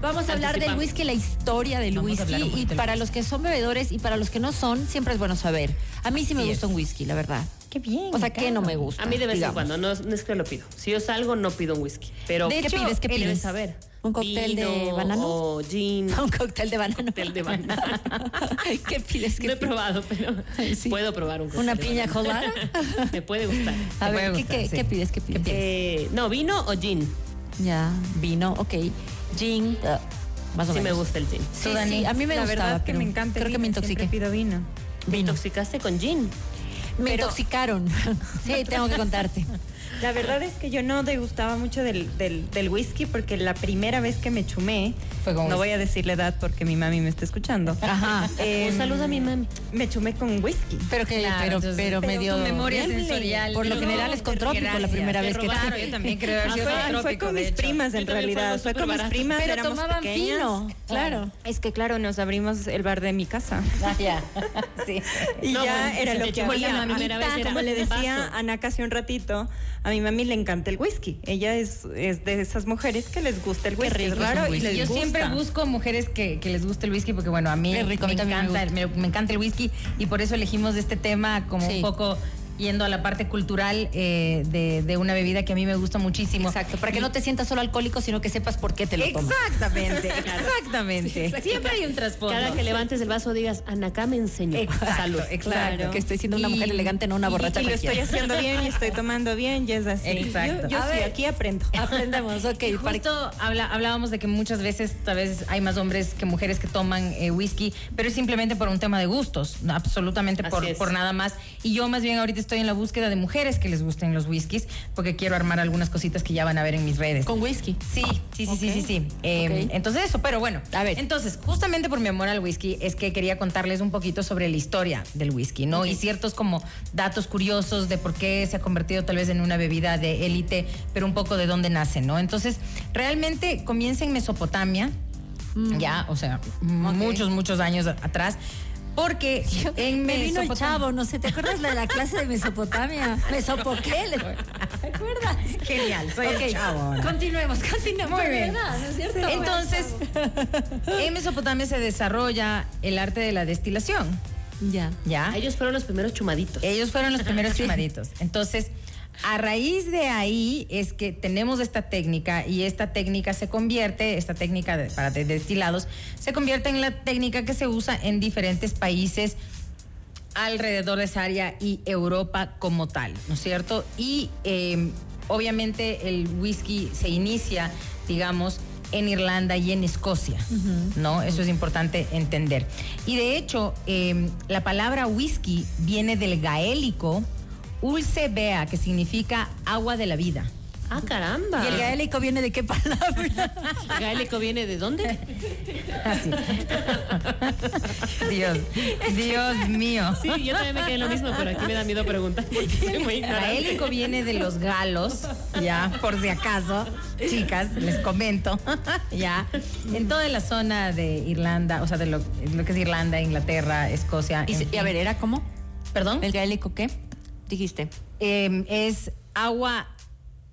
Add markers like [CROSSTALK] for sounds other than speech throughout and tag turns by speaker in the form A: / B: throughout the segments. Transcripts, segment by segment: A: Vamos a hablar de
B: Anticipamos.
A: whisky, la historia del
B: Vamos a
A: whisky.
B: hablar un
A: Y
B: poquito del
A: para los que son bebedores y para los que no son, siempre es bueno saber. A mí sí me
B: Así
A: gusta
B: es.
A: un whisky, la verdad.
C: Qué bien.
A: O sea, que no me gusta.
B: A mí de vez en
A: digamos.
B: cuando, no, es- no es que lo pido. Si yo salgo, no pido un whisky. Pero
A: De
B: ¿qué
A: hecho,
B: pides? ¿Qué
A: el-
B: pides? saber.
A: ¿Un cóctel de
B: Vino
A: banano?
B: O gin.
A: [LAUGHS] Un cóctel de banano.
B: Cóctel de banano.
A: [LAUGHS] ¿Qué pides que
B: No he probado, pero
A: Ay, sí.
B: puedo probar un cóctel.
A: ¿Una
B: de
A: piña
B: banano.
A: colada?
B: [LAUGHS] Me puede gustar.
A: A
C: Te
A: ver,
C: puede
A: ¿qué,
C: gustar,
A: qué-
C: sí.
A: qué pides? ¿Qué pides?
B: Eh, no, vino o gin.
A: Ya, vino, ok. Gin, eh, más o
B: Sí me
A: menos.
B: gusta el gin.
A: Sí, sí, a mí me
C: la
A: gustaba,
C: verdad que
A: pero
C: me encanta. el
A: creo que me
C: vino, siempre
A: intoxiqué.
C: pido vino.
B: ¿Te
A: Vino.
B: intoxicaste con gin?
A: Me
C: Pero-
A: intoxicaron. [LAUGHS] sí, tengo que contarte.
C: La verdad es que yo no degustaba mucho del, del, del whisky porque la primera vez que me chumé,
D: Fue con
C: no
D: whisky.
C: voy a decir la edad porque mi mami me está escuchando.
A: Ajá.
C: Eh,
B: Un saludo a mi mami.
C: Me chumé con whisky.
A: Pero que,
D: Claro,
A: pero,
D: entonces-
A: pero,
C: pero
A: me dio.
D: tu memoria
C: Bien,
D: sensorial.
A: por lo general es con trópico la primera vez que
D: Claro,
A: te-
D: yo también creo haber
C: Ah,
D: sido
C: fue,
D: con
C: fue
D: trópico,
C: con
D: de
C: mis
D: hecho.
C: primas en
B: Yo también fue
C: realidad.
B: algo
C: Fue con mis
B: superbarato.
C: primas,
A: Pero
C: [LAUGHS] éramos
A: tomaban
C: pequeñas.
A: vino, claro.
C: Es que claro, nos abrimos el bar de mi casa.
D: Ah,
A: [LAUGHS]
D: ya. Sí.
C: Y
B: No,
C: ya
B: bueno,
C: era
B: se
C: lo
B: te
C: que
B: chupó
C: había.
B: la primera
C: Ahorita,
B: vez, era
C: como le decía
B: vaso.
C: Ana casi un ratito, a mi mami le encanta el whisky. Ella es, es de esas mujeres que les gusta el whisky.
A: rico es
C: es raro
A: un
C: y
A: whisky.
C: les
D: Yo
C: gusta.
D: siempre busco mujeres que, que les guste el whisky porque, bueno, a mí,
A: Qué rico, a
D: me,
A: mí también me
D: encanta, me, me encanta el whisky y por eso elegimos este tema como
A: Sí.
D: un poco yendo a la parte cultural eh, de, de una bebida que a mí me gusta muchísimo.
A: Exacto, para que no te sientas solo alcohólico, sino que sepas por qué te lo tomas. [LAUGHS]
D: Exactamente, exactamente. Siempre hay un trasfondo.
B: Cada que levantes el vaso digas, Anacá me enseñó.
D: Exacto,
B: Salud.
D: exacto.
A: Que estoy siendo una
D: Y-
A: mujer elegante, no una
D: y-
A: borracha
C: Y lo estoy
A: cualquiera.
C: haciendo bien y estoy tomando bien y es así.
D: Exacto.
C: Yo, yo
A: A
C: sí,
A: ver. Ah,
C: aquí aprendo.
A: [LAUGHS] Aprendemos, ok.
D: Y
A: para-
D: justo habla- hablábamos de que muchas veces tal vez hay más hombres que mujeres que toman eh, whisky, pero es simplemente por un tema de gustos, no, absolutamente
B: Así
D: por,
B: es.
D: por nada más. Y yo más bien ahorita estoy en la búsqueda de mujeres que les gusten los whiskies, porque quiero armar algunas cositas que ya van a ver en mis redes.
A: Con whisky.
D: Sí, sí, sí, sí, sí, sí. Eh,
A: Ok.
D: Entonces eso, pero bueno.
A: A ver.
D: Entonces, justamente por mi amor al whisky, es que quería contarles un poquito sobre la historia del whisky, ¿no? Y ciertos como datos curiosos de por qué se ha convertido tal vez en una bebida de élite, pero un poco de dónde nace, ¿no? Entonces, realmente comienza en Mesopotamia,
A: Mm.
D: ya, o sea, muchos, muchos años a- atrás,
A: [LAUGHS]
D: porque en
A: me vino el
D: Mesopotamia...
A: chavo, no sé, ¿te acuerdas la de la clase de [LAUGHS] Mesopotamia? Mesopoqué, ¿le- ¿te acuerdas?
D: Genial, soy el
A: Ok,
D: chavo ahora.
A: Continuemos, continuemos.
D: Muy bien.
A: ¿verdad? ¿No es cierto?
D: Entonces, en Mesopotamia se desarrolla el arte de la destilación,
A: ya.
D: ¿ya?
B: Ellos fueron los primeros chumaditos.
A: Eh.
D: Ellos fueron los primeros chumaditos. Entonces, a raíz de ahí es que tenemos esta técnica y esta técnica se convierte, esta técnica de- para de- destilados, se convierte en la técnica que se usa en diferentes países alrededor de esa área y Europa como tal, ¿no es cierto? Y eh, obviamente el whisky se inicia, digamos, en Irlanda y en Escocia, ¿no? Eso es importante entender. Y de hecho, eh, la palabra whisky viene del gaélico ulce bea, que significa agua de la vida.
B: Ah, caramba.
A: ¿Y el gaélico viene de qué palabra?
D: [LAUGHS]
B: gaélico viene de dónde?
D: Así. Dios, Dios mío.
B: Sí, yo también me quedé en lo mismo, pero aquí me da miedo preguntar porque soy muy ignorante.
D: Gaélico viene de los galos, ya, por si acaso, chicas, les comento, [LAUGHS] ya. En toda la zona de Irlanda, o sea, de lo, lo que es Irlanda, Inglaterra, Escocia.
A: Y,
D: en
A: se- y a
D: fin. ¿Mm?
A: ver, ¿era cómo?
D: perdón,
A: ¿El gaélico qué? Dijiste.
D: eh, es agua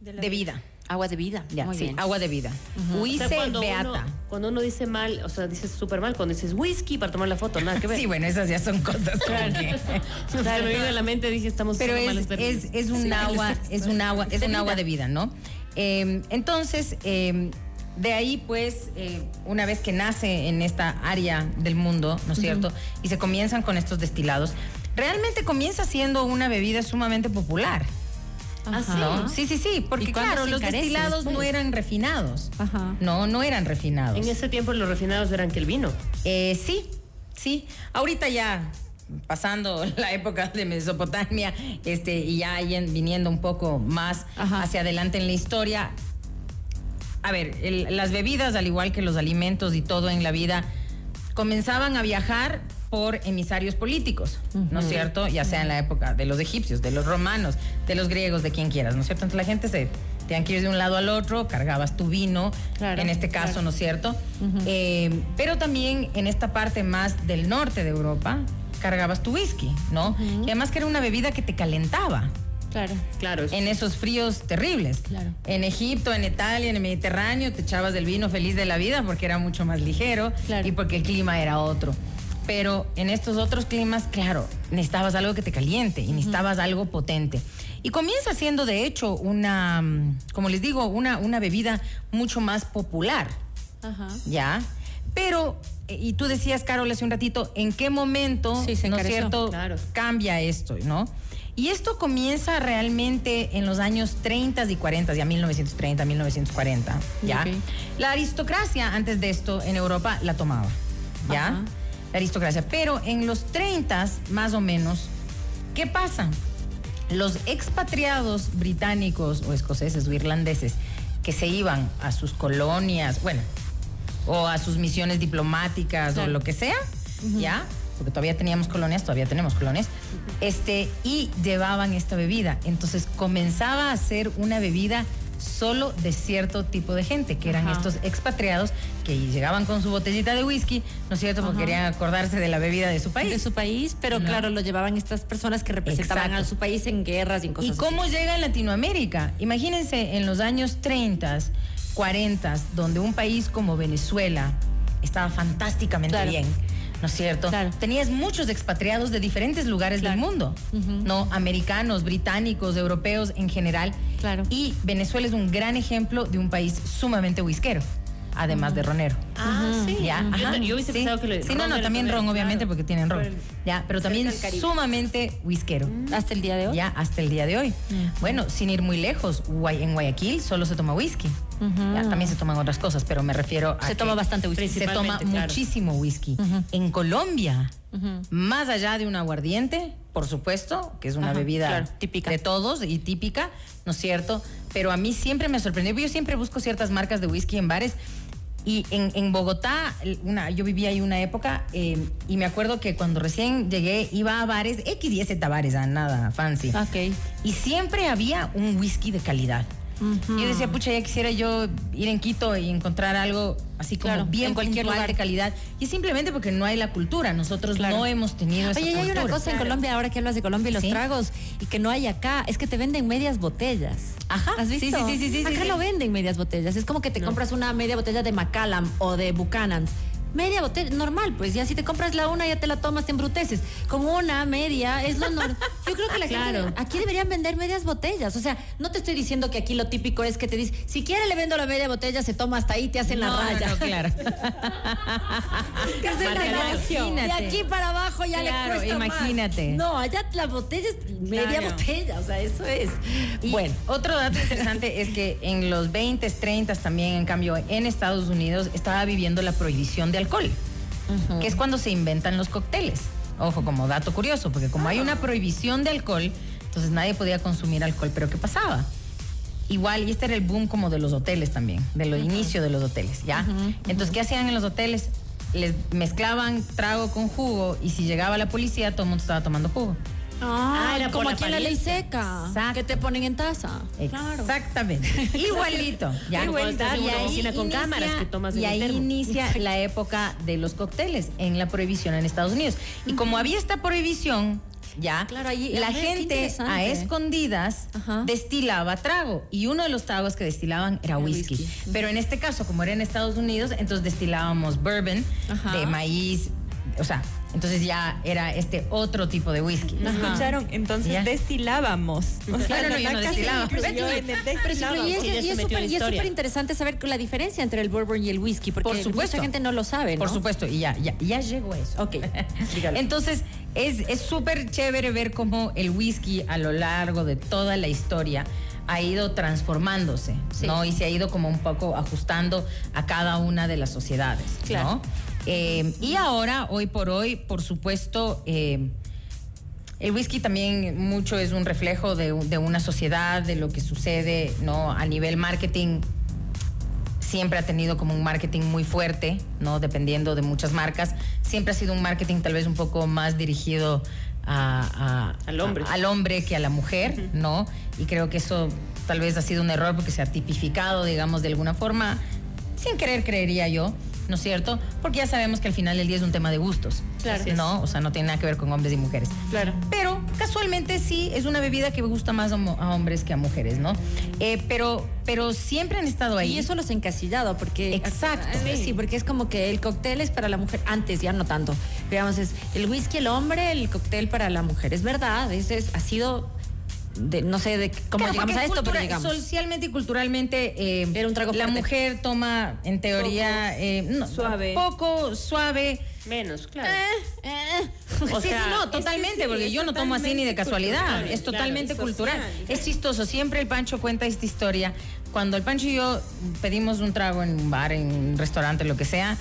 C: De
D: de,
C: la
D: vida.
A: Agua de vida.
D: Ya,
A: Muy
D: sí,
A: bien.
D: agua de vida.
B: O sea,
D: Huice
B: cuando
D: beata.
B: Uno, cuando uno dice mal, o sea, dices súper mal, cuando dices whisky para tomar la foto, nada que ver.
D: Sí, bueno, esas ya son cosas. como que-
B: [LAUGHS] Se me vino a la mente, dije, estamos
D: Pero
B: usando malos
D: es,
B: términos.
D: es, es un agua, es un agua, es un agua de vida, ¿no? Eh, entonces, eh, de ahí, pues, eh, una vez que nace en esta área del mundo, ¿no es cierto? Y se comienzan con estos destilados, realmente comienza siendo una bebida sumamente popular.
A: Ajá.
D: ¿no? Sí, sí, sí,
A: Ah, ¿Y
D: porque
A: cuándo
D: claro,
A: se
D: los
A: encarece
D: destilados no
A: después?
D: eran refinados.
A: Ajá.
D: No, no eran refinados.
B: En ese tiempo los refinados eran que el vino.
D: Eh, sí, sí. Ahorita ya pasando [LAUGHS] la época de Mesopotamia, este, y ya yen- viniendo un poco más
A: Ajá.
D: hacia adelante en la historia. A ver, el- las bebidas, al igual que los alimentos y todo en la vida, comenzaban a viajar por emisarios políticos, ¿no es cierto? Ya sea en la época de los egipcios, de los romanos, de los griegos, de quien quieras, ¿no es cierto? Entonces la gente se tenían que ir de un lado al otro, cargabas tu vino,
A: Claro,
D: en este caso,
A: claro.
D: ¿no es cierto? Eh, pero también en esta parte más del norte de Europa, cargabas tu whisky, ¿no? Y además que era una bebida que te calentaba.
C: Claro.
B: Claro, es-
D: en esos fríos terribles.
A: Claro.
D: En Egipto, en Italia, en el Mediterráneo, te echabas del vino feliz de la vida porque era mucho más ligero
A: Claro.
D: y porque el clima era otro. Pero en estos otros climas, claro, necesitabas algo que te caliente y necesitabas algo potente. Y comienza siendo, de hecho, una, mm, como les digo, una, una bebida mucho más popular,
A: Ajá.
D: ¿ya? Pero, eh, y tú decías, Carol, hace un ratito, ¿en qué momento,
A: Sí, se
D: no es
A: encareció,
D: cierto,
B: claro.
D: cambia esto, ¿no? Y esto comienza realmente en los años 30 y 40, ya 1930, 1940, ¿ya?
A: Ok.
D: La aristocracia antes de esto en Europa la tomaba, ¿ya?
A: Ajá.
D: La aristocracia. Pero en los 30 más o menos, ¿qué pasa? Los expatriados británicos o escoceses o irlandeses que se iban a sus colonias, bueno, o a sus misiones diplomáticas
A: Claro.
D: o lo que sea, ¿ya? Porque todavía teníamos colonias, todavía tenemos colonias, este, y llevaban esta bebida. Entonces comenzaba a ser una bebida solo de cierto tipo de gente, que eran
A: Ajá.
D: estos expatriados que llegaban con su botellita de whisky, ¿no es cierto? Porque
A: Ajá.
D: querían acordarse de la bebida de su país.
A: De su país, pero
D: No.
A: claro, lo llevaban estas personas que representaban
D: Exacto.
A: a su país en guerras y en cosas
D: ¿Y cómo llega a Latinoamérica? Imagínense en los años 30, 40, donde un país como Venezuela estaba fantásticamente
A: Claro.
D: bien. ¿No es cierto?
A: Claro.
D: Tenías muchos expatriados de diferentes lugares
A: Claro.
D: del mundo,
A: Ujú.
D: ¿no? Americanos, británicos, europeos en general.
A: Claro.
D: Y Venezuela es un gran ejemplo de un país sumamente whiskero, además de ronero.
B: Ah, sí.
D: Ya,
B: Yo,
D: ajá,
B: yo hubiese
D: sí.
B: pensado que lo
D: Sí, no, no,
B: era
D: también
B: primero,
D: ron, obviamente,
B: claro.
D: porque tienen ron.
B: Por el-
D: Ya, pero también
B: del Caribe.
D: sumamente whiskero.
A: así. Hasta el día de hoy.
D: Ya, hasta el día de hoy. Bueno, sin ir muy lejos, Guay- en Guayaquil solo se toma whisky.
A: Ujú.
D: Ya, también se toman otras cosas, pero me refiero a.
A: Se
D: que
A: toma bastante whisky.
D: Se toma
B: Principalmente, claro.
D: muchísimo whisky.
A: Ujú.
D: En Colombia,
A: Ujú.
D: más allá de un aguardiente, por supuesto, que es una
A: Ajá,
D: bebida
A: claro, típica.
D: de todos y típica, ¿no es cierto? Pero a mí siempre me sorprendió, porque yo siempre busco ciertas marcas de whisky en bares. Y en, en Bogotá, el- una, yo vivía ahí una época eh, y me acuerdo que cuando recién llegué iba a bares, X y Z bares, ah, nada, fancy.
A: Ok.
D: Y siempre había un whisky de calidad.
A: Ujú.
D: Yo decía, pucha, ya quisiera yo ir en Quito y encontrar algo así como
A: Claro,
D: bien
A: en cualquier
D: puntual
A: lugar.
D: de calidad. Y es simplemente porque no hay la cultura. Nosotros
A: Claro.
D: no hemos tenido esa
A: Oye, y hay una
D: cultura.
A: cosa en Colombia, ahora que hablas de Colombia y los
D: Sí.
A: tragos, y que no hay acá, es que te venden medias botellas.
D: Ajá.
A: ¿Has
D: Sí,
A: visto?
D: sí, sí, sí, sí,
A: Acá
D: sí.
A: no venden medias botellas. Es como que te compras una media botella de Macallan o de Buchanan's. Media botella, normal, pues ya si te compras la una, ya te la tomas, te embruteces. Con una media es lo normal. Yo creo que la gente.
B: Claro.
A: Aquí deberían vender medias botellas. O sea, no te estoy diciendo que aquí lo típico es que te dicen, si quiere le vendo la media botella, se toma hasta ahí, te hacen
D: No,
A: la
D: no,
A: raya. [LAUGHS]
D: no, claro.
A: Que es el
D: Marca,
A: negocio. De
D: imagínate.
A: aquí para abajo ya
D: Claro,
A: le cuesta más.
D: imagínate.
A: No, allá la botella es media
C: Claro.
A: botella, o sea, eso es.
D: Y
A: bueno.
D: otro
A: [LAUGHS]
D: dato interesante es que en los 20, 30 también, en cambio, en Estados Unidos estaba viviendo la prohibición de alcohol, que es cuando se inventan los cócteles. Ojo, como dato curioso, porque como hay una prohibición de alcohol, entonces nadie podía consumir alcohol, pero ¿qué pasaba? Igual, y este era el boom como de los hoteles también, de los inicio de los hoteles, ¿ya? Entonces, ¿qué hacían en los hoteles? Les mezclaban trago con jugo y si llegaba la policía, todo el mundo estaba tomando jugo.
A: Ah,
B: Ah, era por
A: como
B: la
A: aquí en la ley
B: paliza.
A: seca,
D: Exacto.
A: que te ponen en taza. Claro.
D: Exactamente. [LAUGHS] Igualito.
B: Pero cuando estás en
D: Y
B: una
D: ahí
B: oficina con
D: inicia-
B: cámaras que tomas en
D: y
B: el
D: ahí
B: termo.
D: inicia la época de los cócteles en la prohibición en Estados Unidos. Y como había esta prohibición, ya,
A: Claro, ahí-
D: la
A: a ver, qué
D: gente a
A: interesante.
D: escondidas
A: Ajá.
D: destilaba trago. Y uno de los tragos que destilaban era
A: Era
D: whisky.
A: whisky.
D: Pero en este caso, como era en Estados Unidos, entonces destilábamos bourbon
A: Ajá.
D: de maíz, o sea, entonces ya era este otro tipo de whisky.
C: ¿Me escucharon? Entonces
D: Ya.
C: destilábamos. O sea,
D: Claro, no, yo no
C: Nataca se
D: destilaba.
C: incluyó
A: Pero
C: en el
A: pero
C: destilábamos.
A: y es-
B: Sí, ya
A: y
B: se
A: es
B: metió en
A: súper y
B: la
A: es
B: historia.
A: súper interesante saber la diferencia entre el bourbon y el whisky, porque
D: Por supuesto.
A: mucha gente no lo sabe, ¿no?
D: Por supuesto, y ya, ya, ya llegó a eso.
A: Ok.
D: Entonces, es es súper chévere ver cómo el whisky a lo largo de toda la historia ha ido transformándose,
A: Sí.
D: ¿no? Y se ha ido como un poco ajustando a cada una de las sociedades,
A: Claro.
D: ¿no? Eh, y ahora, hoy por hoy, por supuesto, eh, el whisky también mucho es un reflejo de, un- de una sociedad, de lo que sucede, ¿no? A nivel marketing, siempre ha tenido como un marketing muy fuerte, ¿no? Dependiendo de muchas marcas. Siempre ha sido un marketing tal vez un poco más dirigido a- a-
B: Al hombre.
D: a- al hombre que a la mujer, ¿no? Y creo que eso tal vez ha sido un error porque se ha tipificado, digamos, de alguna forma, sin querer creería yo, ¿no es cierto? Porque ya sabemos que al final del día es un tema de gustos.
A: Claro. Así es.
D: No, o sea, no tiene nada que ver con hombres y mujeres.
B: Claro.
D: Pero casualmente sí es una bebida que gusta más a, mo- a hombres que a mujeres, ¿no? Eh, pero, pero siempre han estado ahí.
A: Y eso los ha encasillado, porque.
D: Exacto.
A: Sí. sí, porque es como que el cóctel es para la mujer. Antes ya no tanto. Digamos, es el whisky el hombre, el cóctel para la mujer. Es verdad, es, es- ha sido. de- no sé de cómo
D: Claro,
A: llegamos
D: porque
A: a esto, pero
D: cultura-
A: llegamos.
D: Socialmente y culturalmente, eh,
A: Era un trago
D: la
A: fuerte.
D: mujer toma, en teoría, eh, no,
C: suave.
D: poco, suave.
B: Menos, claro.
D: O
B: O sea,
D: Eh, no,
B: es
C: que
D: totalmente,
C: sí,
D: porque
C: es
D: yo no tomo así ni de
C: totalmente
D: casualidad,
C: cultural,
D: es
C: claro,
D: totalmente
C: y
D: cultural.
C: social.
D: Es chistoso, siempre el Pancho cuenta esta historia. Cuando el Pancho y yo pedimos un trago en un bar, en un restaurante, lo que sea,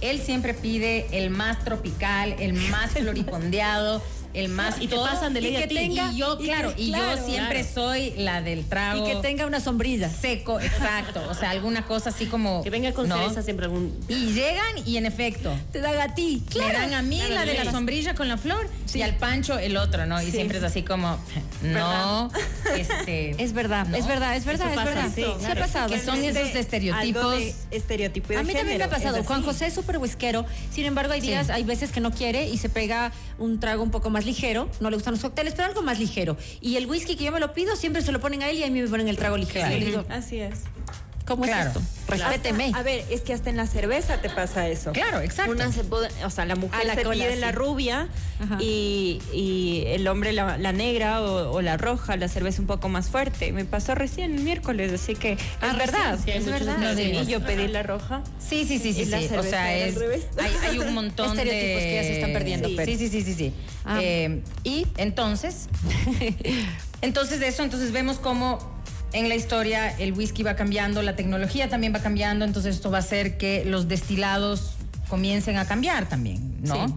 D: él siempre pide el más tropical, el más floripondeado, el más
B: Y te
D: todo,
B: pasan de
D: y
B: ley
D: que
B: a ti.
D: tenga-
A: Y yo,
D: y claro, y yo
A: claro.
D: siempre
B: Claro.
D: soy la del
A: Y
D: trago
A: que tenga una sombrilla.
D: seco, exacto, o sea, alguna cosa así como
B: Que venga con
D: ¿no?
B: cereza siempre algún.
D: Y llegan y en efecto
A: Te da a ti.
D: le dan a mí
B: claro,
D: la de la
B: sí.
D: sombrilla con la flor
A: Sí.
D: y al Pancho el otro, ¿no? Y siempre es
B: [LAUGHS]
D: así como, no, este...
A: Es verdad,
D: ¿no?
A: es verdad, es verdad,
B: pasa,
A: es verdad.
B: sí,
A: Se ha
B: claro.
A: pasado.
D: Que son
C: Realmente
D: esos de
C: algo de
D: estereotipos.
C: estereotipo de
A: A mí también me ha
C: género, es
A: pasado. Juan
C: así.
A: José es súper whisquero. Sin embargo, hay días,
D: Sí.
A: hay veces que no quiere y se pega un trago un poco más ligero. No le gustan los cócteles, pero algo más ligero. Y el whisky que yo me lo pido siempre se lo ponen a él y a mí me ponen el trago ligero.
D: Claro.
A: Y le digo,
C: Así es.
A: ¿cómo
D: Claro.
A: es esto? Respéteme.
C: Hasta- a ver, es que hasta en la cerveza te pasa eso.
D: Claro, exacto.
C: Una se pone- o sea, la mujer
A: A la
C: se
A: cola,
C: pide
A: sí.
C: la rubia
A: Ajá.
C: y, y el hombre la, la negra o, o la roja, la cerveza un poco más fuerte. Me pasó recién el miércoles, así que
A: Ah,
C: es
A: recién,
C: verdad.
A: sí, hay
C: es
A: muchos
C: verdad.
D: estereotipos.
C: Y yo pedí la roja.
D: Sí, sí, sí, sí,
C: Y la
D: sí. O
C: cerveza
D: sea,
C: era al
D: es,
C: revés.
D: hay,
B: [LAUGHS]
D: hay un montón de...
A: Estereotipos que ya se están perdiendo,
D: Sí,
A: pero-
D: sí, sí, sí, sí. sí.
A: Ah.
D: Eh, y entonces, entonces de eso, entonces vemos cómo en la historia el whisky va cambiando, la tecnología también va cambiando, entonces esto va a hacer que los destilados comiencen a cambiar también, ¿no?
A: Sí.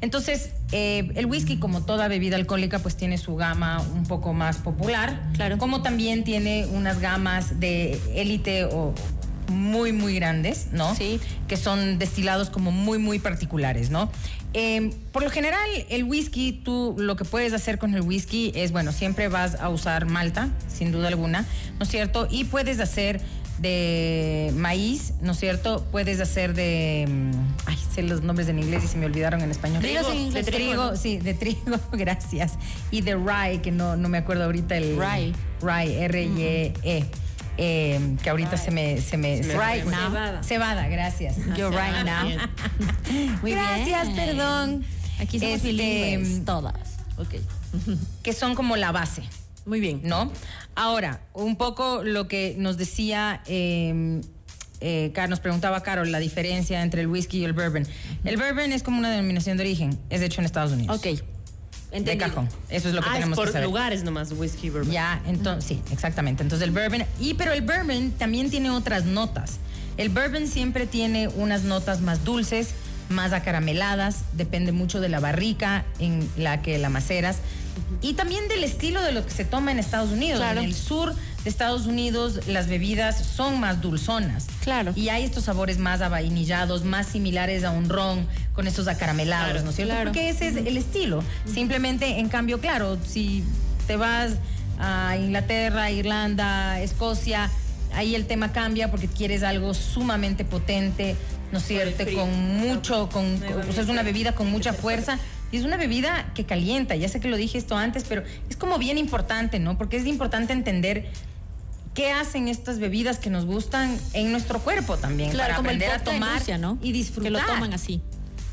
D: Entonces, eh, el whisky, como toda bebida alcohólica, pues tiene su gama un poco más popular.
A: Claro.
D: Como también tiene unas gamas de élite o muy, muy grandes, ¿no?
A: Sí.
D: Que son destilados como muy, muy particulares, ¿no? Eh, por lo general, el whisky, tú lo que puedes hacer con el whisky es, bueno, siempre vas a usar malta, sin duda alguna, ¿no es cierto? Y puedes hacer de maíz, ¿no es cierto? Puedes hacer de... mm, Ay, sé los nombres en inglés y se me olvidaron en español.
A: Dilos en inglés,
D: de
A: por
D: trigo,
A: favor.
D: sí, de trigo, [LAUGHS] gracias. Y de rye, que no, no me acuerdo ahorita el...
A: Rye.
D: Rye, R-Y-E. eh, que ahorita se me... Se me, se me
A: Right
D: fue.
A: now.
D: Cebada. Cebada, gracias.
A: You're right now. Muy
D: Gracias,
A: bien.
D: perdón.
A: Aquí somos
D: Este,
A: bilingües, todas. mm, Ok.
D: Que son como la base,
A: Muy bien.
D: ¿no? Ahora, un poco lo que nos decía... eh, eh, Car- nos preguntaba Carol la diferencia entre el whisky y el bourbon. El bourbon es como una denominación de origen, es hecho en Estados Unidos.
A: Ok.
D: De
A: Entendido.
D: cajón. Eso es lo que
B: Ah, es
D: tenemos que
B: por
D: saber.
B: lugares nomás, whisky bourbon.
D: Ya, entonces, sí, exactamente. Entonces el bourbon, y pero el bourbon también tiene otras notas. El bourbon siempre tiene unas notas más dulces, más acarameladas, depende mucho de la barrica en la que la maceras y también del estilo de lo que se toma en Estados Unidos.
A: Claro.
D: En el sur de Estados Unidos las bebidas son más dulzonas.
A: Claro.
D: Y hay estos sabores más avainillados, más similares a un ron, con estos acaramelados,
B: Claro.
D: ¿no es cierto?
A: Claro.
D: Porque ese es el estilo. Simplemente, en cambio, claro, si te vas a Inglaterra, Irlanda, Escocia, ahí el tema cambia porque quieres algo sumamente potente, ¿no es cierto?
C: frío.
D: Con mucho, con, con- o sea, es una
C: Nuevamente.
D: bebida con mucha fuerza. Y es una bebida que calienta, ya sé que lo dije esto antes, pero es como bien importante, ¿no? Porque es importante entender qué hacen estas bebidas que nos gustan en nuestro cuerpo también,
A: Claro,
D: para
A: como el
D: aprender a
A: vodka en
D: tomar
A: Rusia, ¿no?
D: y disfrutar.
A: Que lo toman así.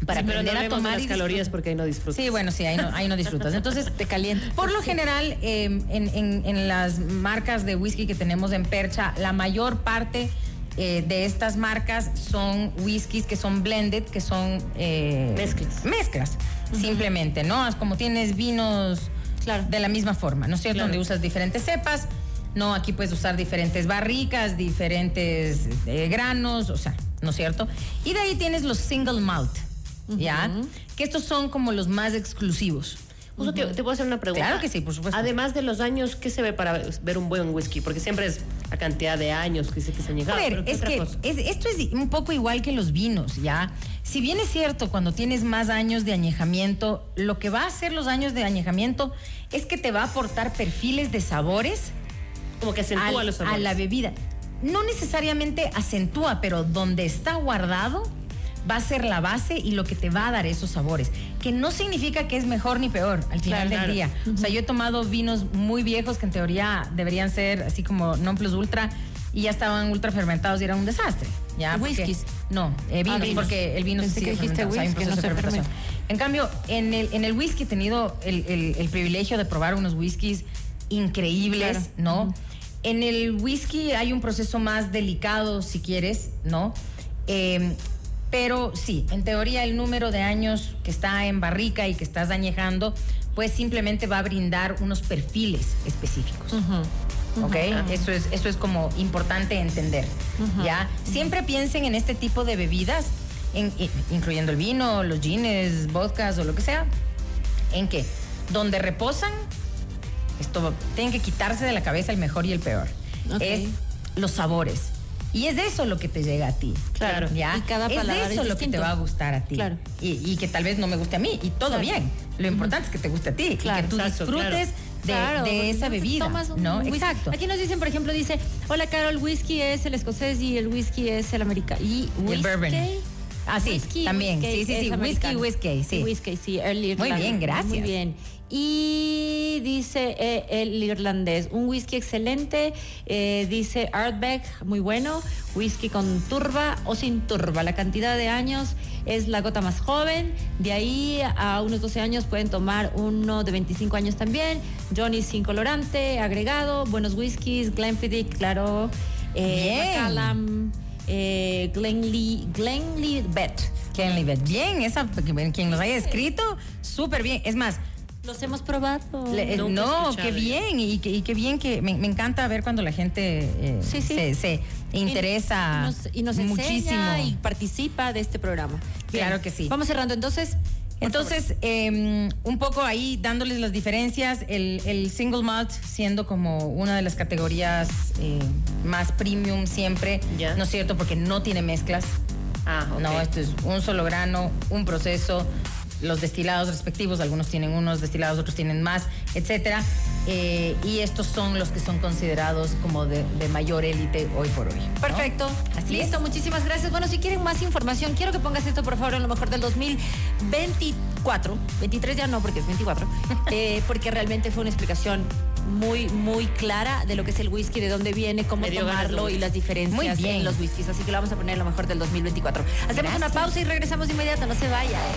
D: Para
B: Sí, pero no
D: aprender a
B: hablemos de
D: tomar
B: las
D: y
B: calorías porque ahí no disfrutas.
D: Sí, bueno, sí, ahí no, ahí no disfrutas. Entonces,
A: Te calienta.
D: Por lo general, eh, en, en- en las marcas de whisky que tenemos en Percha, la mayor parte eh, de estas marcas son whiskies que son blended, que son... eh,
B: Mezclas.
D: Mezclas, simplemente, ¿no? Es como tienes vinos
A: Claro.
D: de la misma forma, ¿no es cierto?
B: Claro.
D: Donde usas diferentes cepas. No, aquí puedes usar diferentes barricas, diferentes eh, granos, o sea, ¿no es cierto? Y de ahí tienes los single malt, ¿ya?
A: Ujú.
D: Que estos son como los más exclusivos.
B: Justo te, te voy a hacer una pregunta.
D: Claro que sí, por supuesto.
B: Además de los años, ¿qué se ve para ver un buen whisky? Porque siempre es la cantidad de años que se, que se han
D: A
B: llegado.
D: ver,
B: Ah, pero ¿qué
D: es
B: otra
D: que
B: cosa?
D: es- esto es un poco igual que los vinos, ¿ya? Si bien es cierto, cuando tienes más años de añejamiento, lo que va a hacer los años de añejamiento es que te va a aportar perfiles de sabores
B: Como que acentúa
D: al-
B: los
D: a
B: sabores.
D: la bebida. No necesariamente acentúa, pero donde está guardado, va a ser la base y lo que te va a dar esos sabores. Que no significa que es mejor ni peor al final
B: Claro,
D: del
B: claro.
D: día. O sea, yo he tomado vinos muy viejos que en teoría deberían ser así como non plus ultra y ya estaban ultra fermentados y era un desastre. ¿ya? Porque-
A: Whiskies.
D: no, eh, vinos,
A: Ah, vinos.
D: porque el vino
A: Pensé
D: sí
A: que
D: es
A: dijiste
D: fermentado, o sea, hay un
A: whisky,
D: proceso
A: no
D: de
A: se
D: fermentación. En cambio, en el, en el whisky he tenido el, el- el privilegio de probar unos whiskies increíbles,
A: Claro.
D: ¿no? En el whisky hay un proceso más delicado, si quieres, ¿no? Eh, pero sí, en teoría el número de años que está en barrica y que estás añejando, pues simplemente va a brindar unos perfiles específicos. ¿ok? Eso es, eso es como importante entender, ¿ya? Siempre piensen en este tipo de bebidas, en- i- incluyendo el vino, los gines, vodkas o lo que sea, en que donde reposan, esto tienen que quitarse de la cabeza el mejor y el peor.
A: Ok.
D: Es los sabores. Y es de eso lo que te llega a ti.
B: Claro.
D: ¿ya?
A: Y cada
D: es de
A: paladar es
D: eso lo que te
A: distinto.
D: va a gustar a ti.
A: Claro.
D: Y, y que tal vez no me guste a mí. Y todo
A: Claro.
D: bien. Lo importante es que te guste a ti. y
A: Claro.
D: que tú
B: Exacto, claro.
D: disfrutes de,
A: Claro,
D: de
A: porque
D: esa
A: no te
D: bebida.
A: tomas un
D: ¿no?
A: whisky.
D: Exacto.
A: Aquí nos dicen, por ejemplo, dice, hola Carol, whisky es el escocés y el whisky es el americano. Y,
D: Y el
A: whisky,
D: bourbon. Ah, sí, también. Sí, sí,
A: es
D: sí, whisky,
A: americano.
D: whisky, sí.
A: Whisky, sí, el irlandés.
D: bien, gracias.
A: Muy bien. Y dice eh, el irlandés, un whisky excelente, eh, dice Ardbeg, muy bueno, whisky con turba o sin turba. La cantidad de años es la gota más joven, de ahí a unos 12 años pueden tomar uno de 25 años también, Johnny sin colorante, agregado, buenos whiskies, Glenfiddich, claro, eh,
D: Bien.
A: Macallan, eh, Glenli- Glenlivet.
D: Ken Libet. Bien, esa, quien quien los haya escrito, súper bien. Es más,
A: Los hemos probado.
D: le- eh,
B: Nunca he
D: no,
B: escuchado
D: qué
B: yo.
D: bien, y, que- y qué bien que me, me encanta ver cuando la gente eh,
A: Sí, sí.
D: Se, se interesa
A: y nos, y nos
D: muchísimo.
A: enseña y participa de este programa.
D: Claro que sí.
A: Vamos cerrando entonces. por
D: Entonces, eh, un poco ahí dándoles las diferencias, el, el single malt siendo como una de las categorías eh, más premium siempre,
B: Ya.
D: ¿no es cierto? Porque no tiene mezclas,
B: Ah, ok.
D: No, esto es un solo grano, un proceso, los destilados respectivos, algunos tienen unos destilados, otros tienen más, etcétera. Eh, y estos son los que son considerados como de, de mayor élite hoy por hoy. ¿no?
A: favor. Perfecto.
D: Así
A: Listo,
D: es.
A: muchísimas gracias. Bueno, si quieren más información, quiero que pongas esto, por favor, en lo mejor del 2024. 23 ya no, porque es 24.
D: [LAUGHS]
A: eh, porque realmente fue una explicación muy, muy clara de lo que es el whisky, de dónde viene, cómo
B: Me dio ganas de
A: tomarlo y
B: whisky.
A: las diferencias
D: Muy bien.
A: en los whiskies. Así que lo vamos a poner en lo mejor del 2024. Hacemos una pausa y regresamos de inmediato. No se vaya. eh.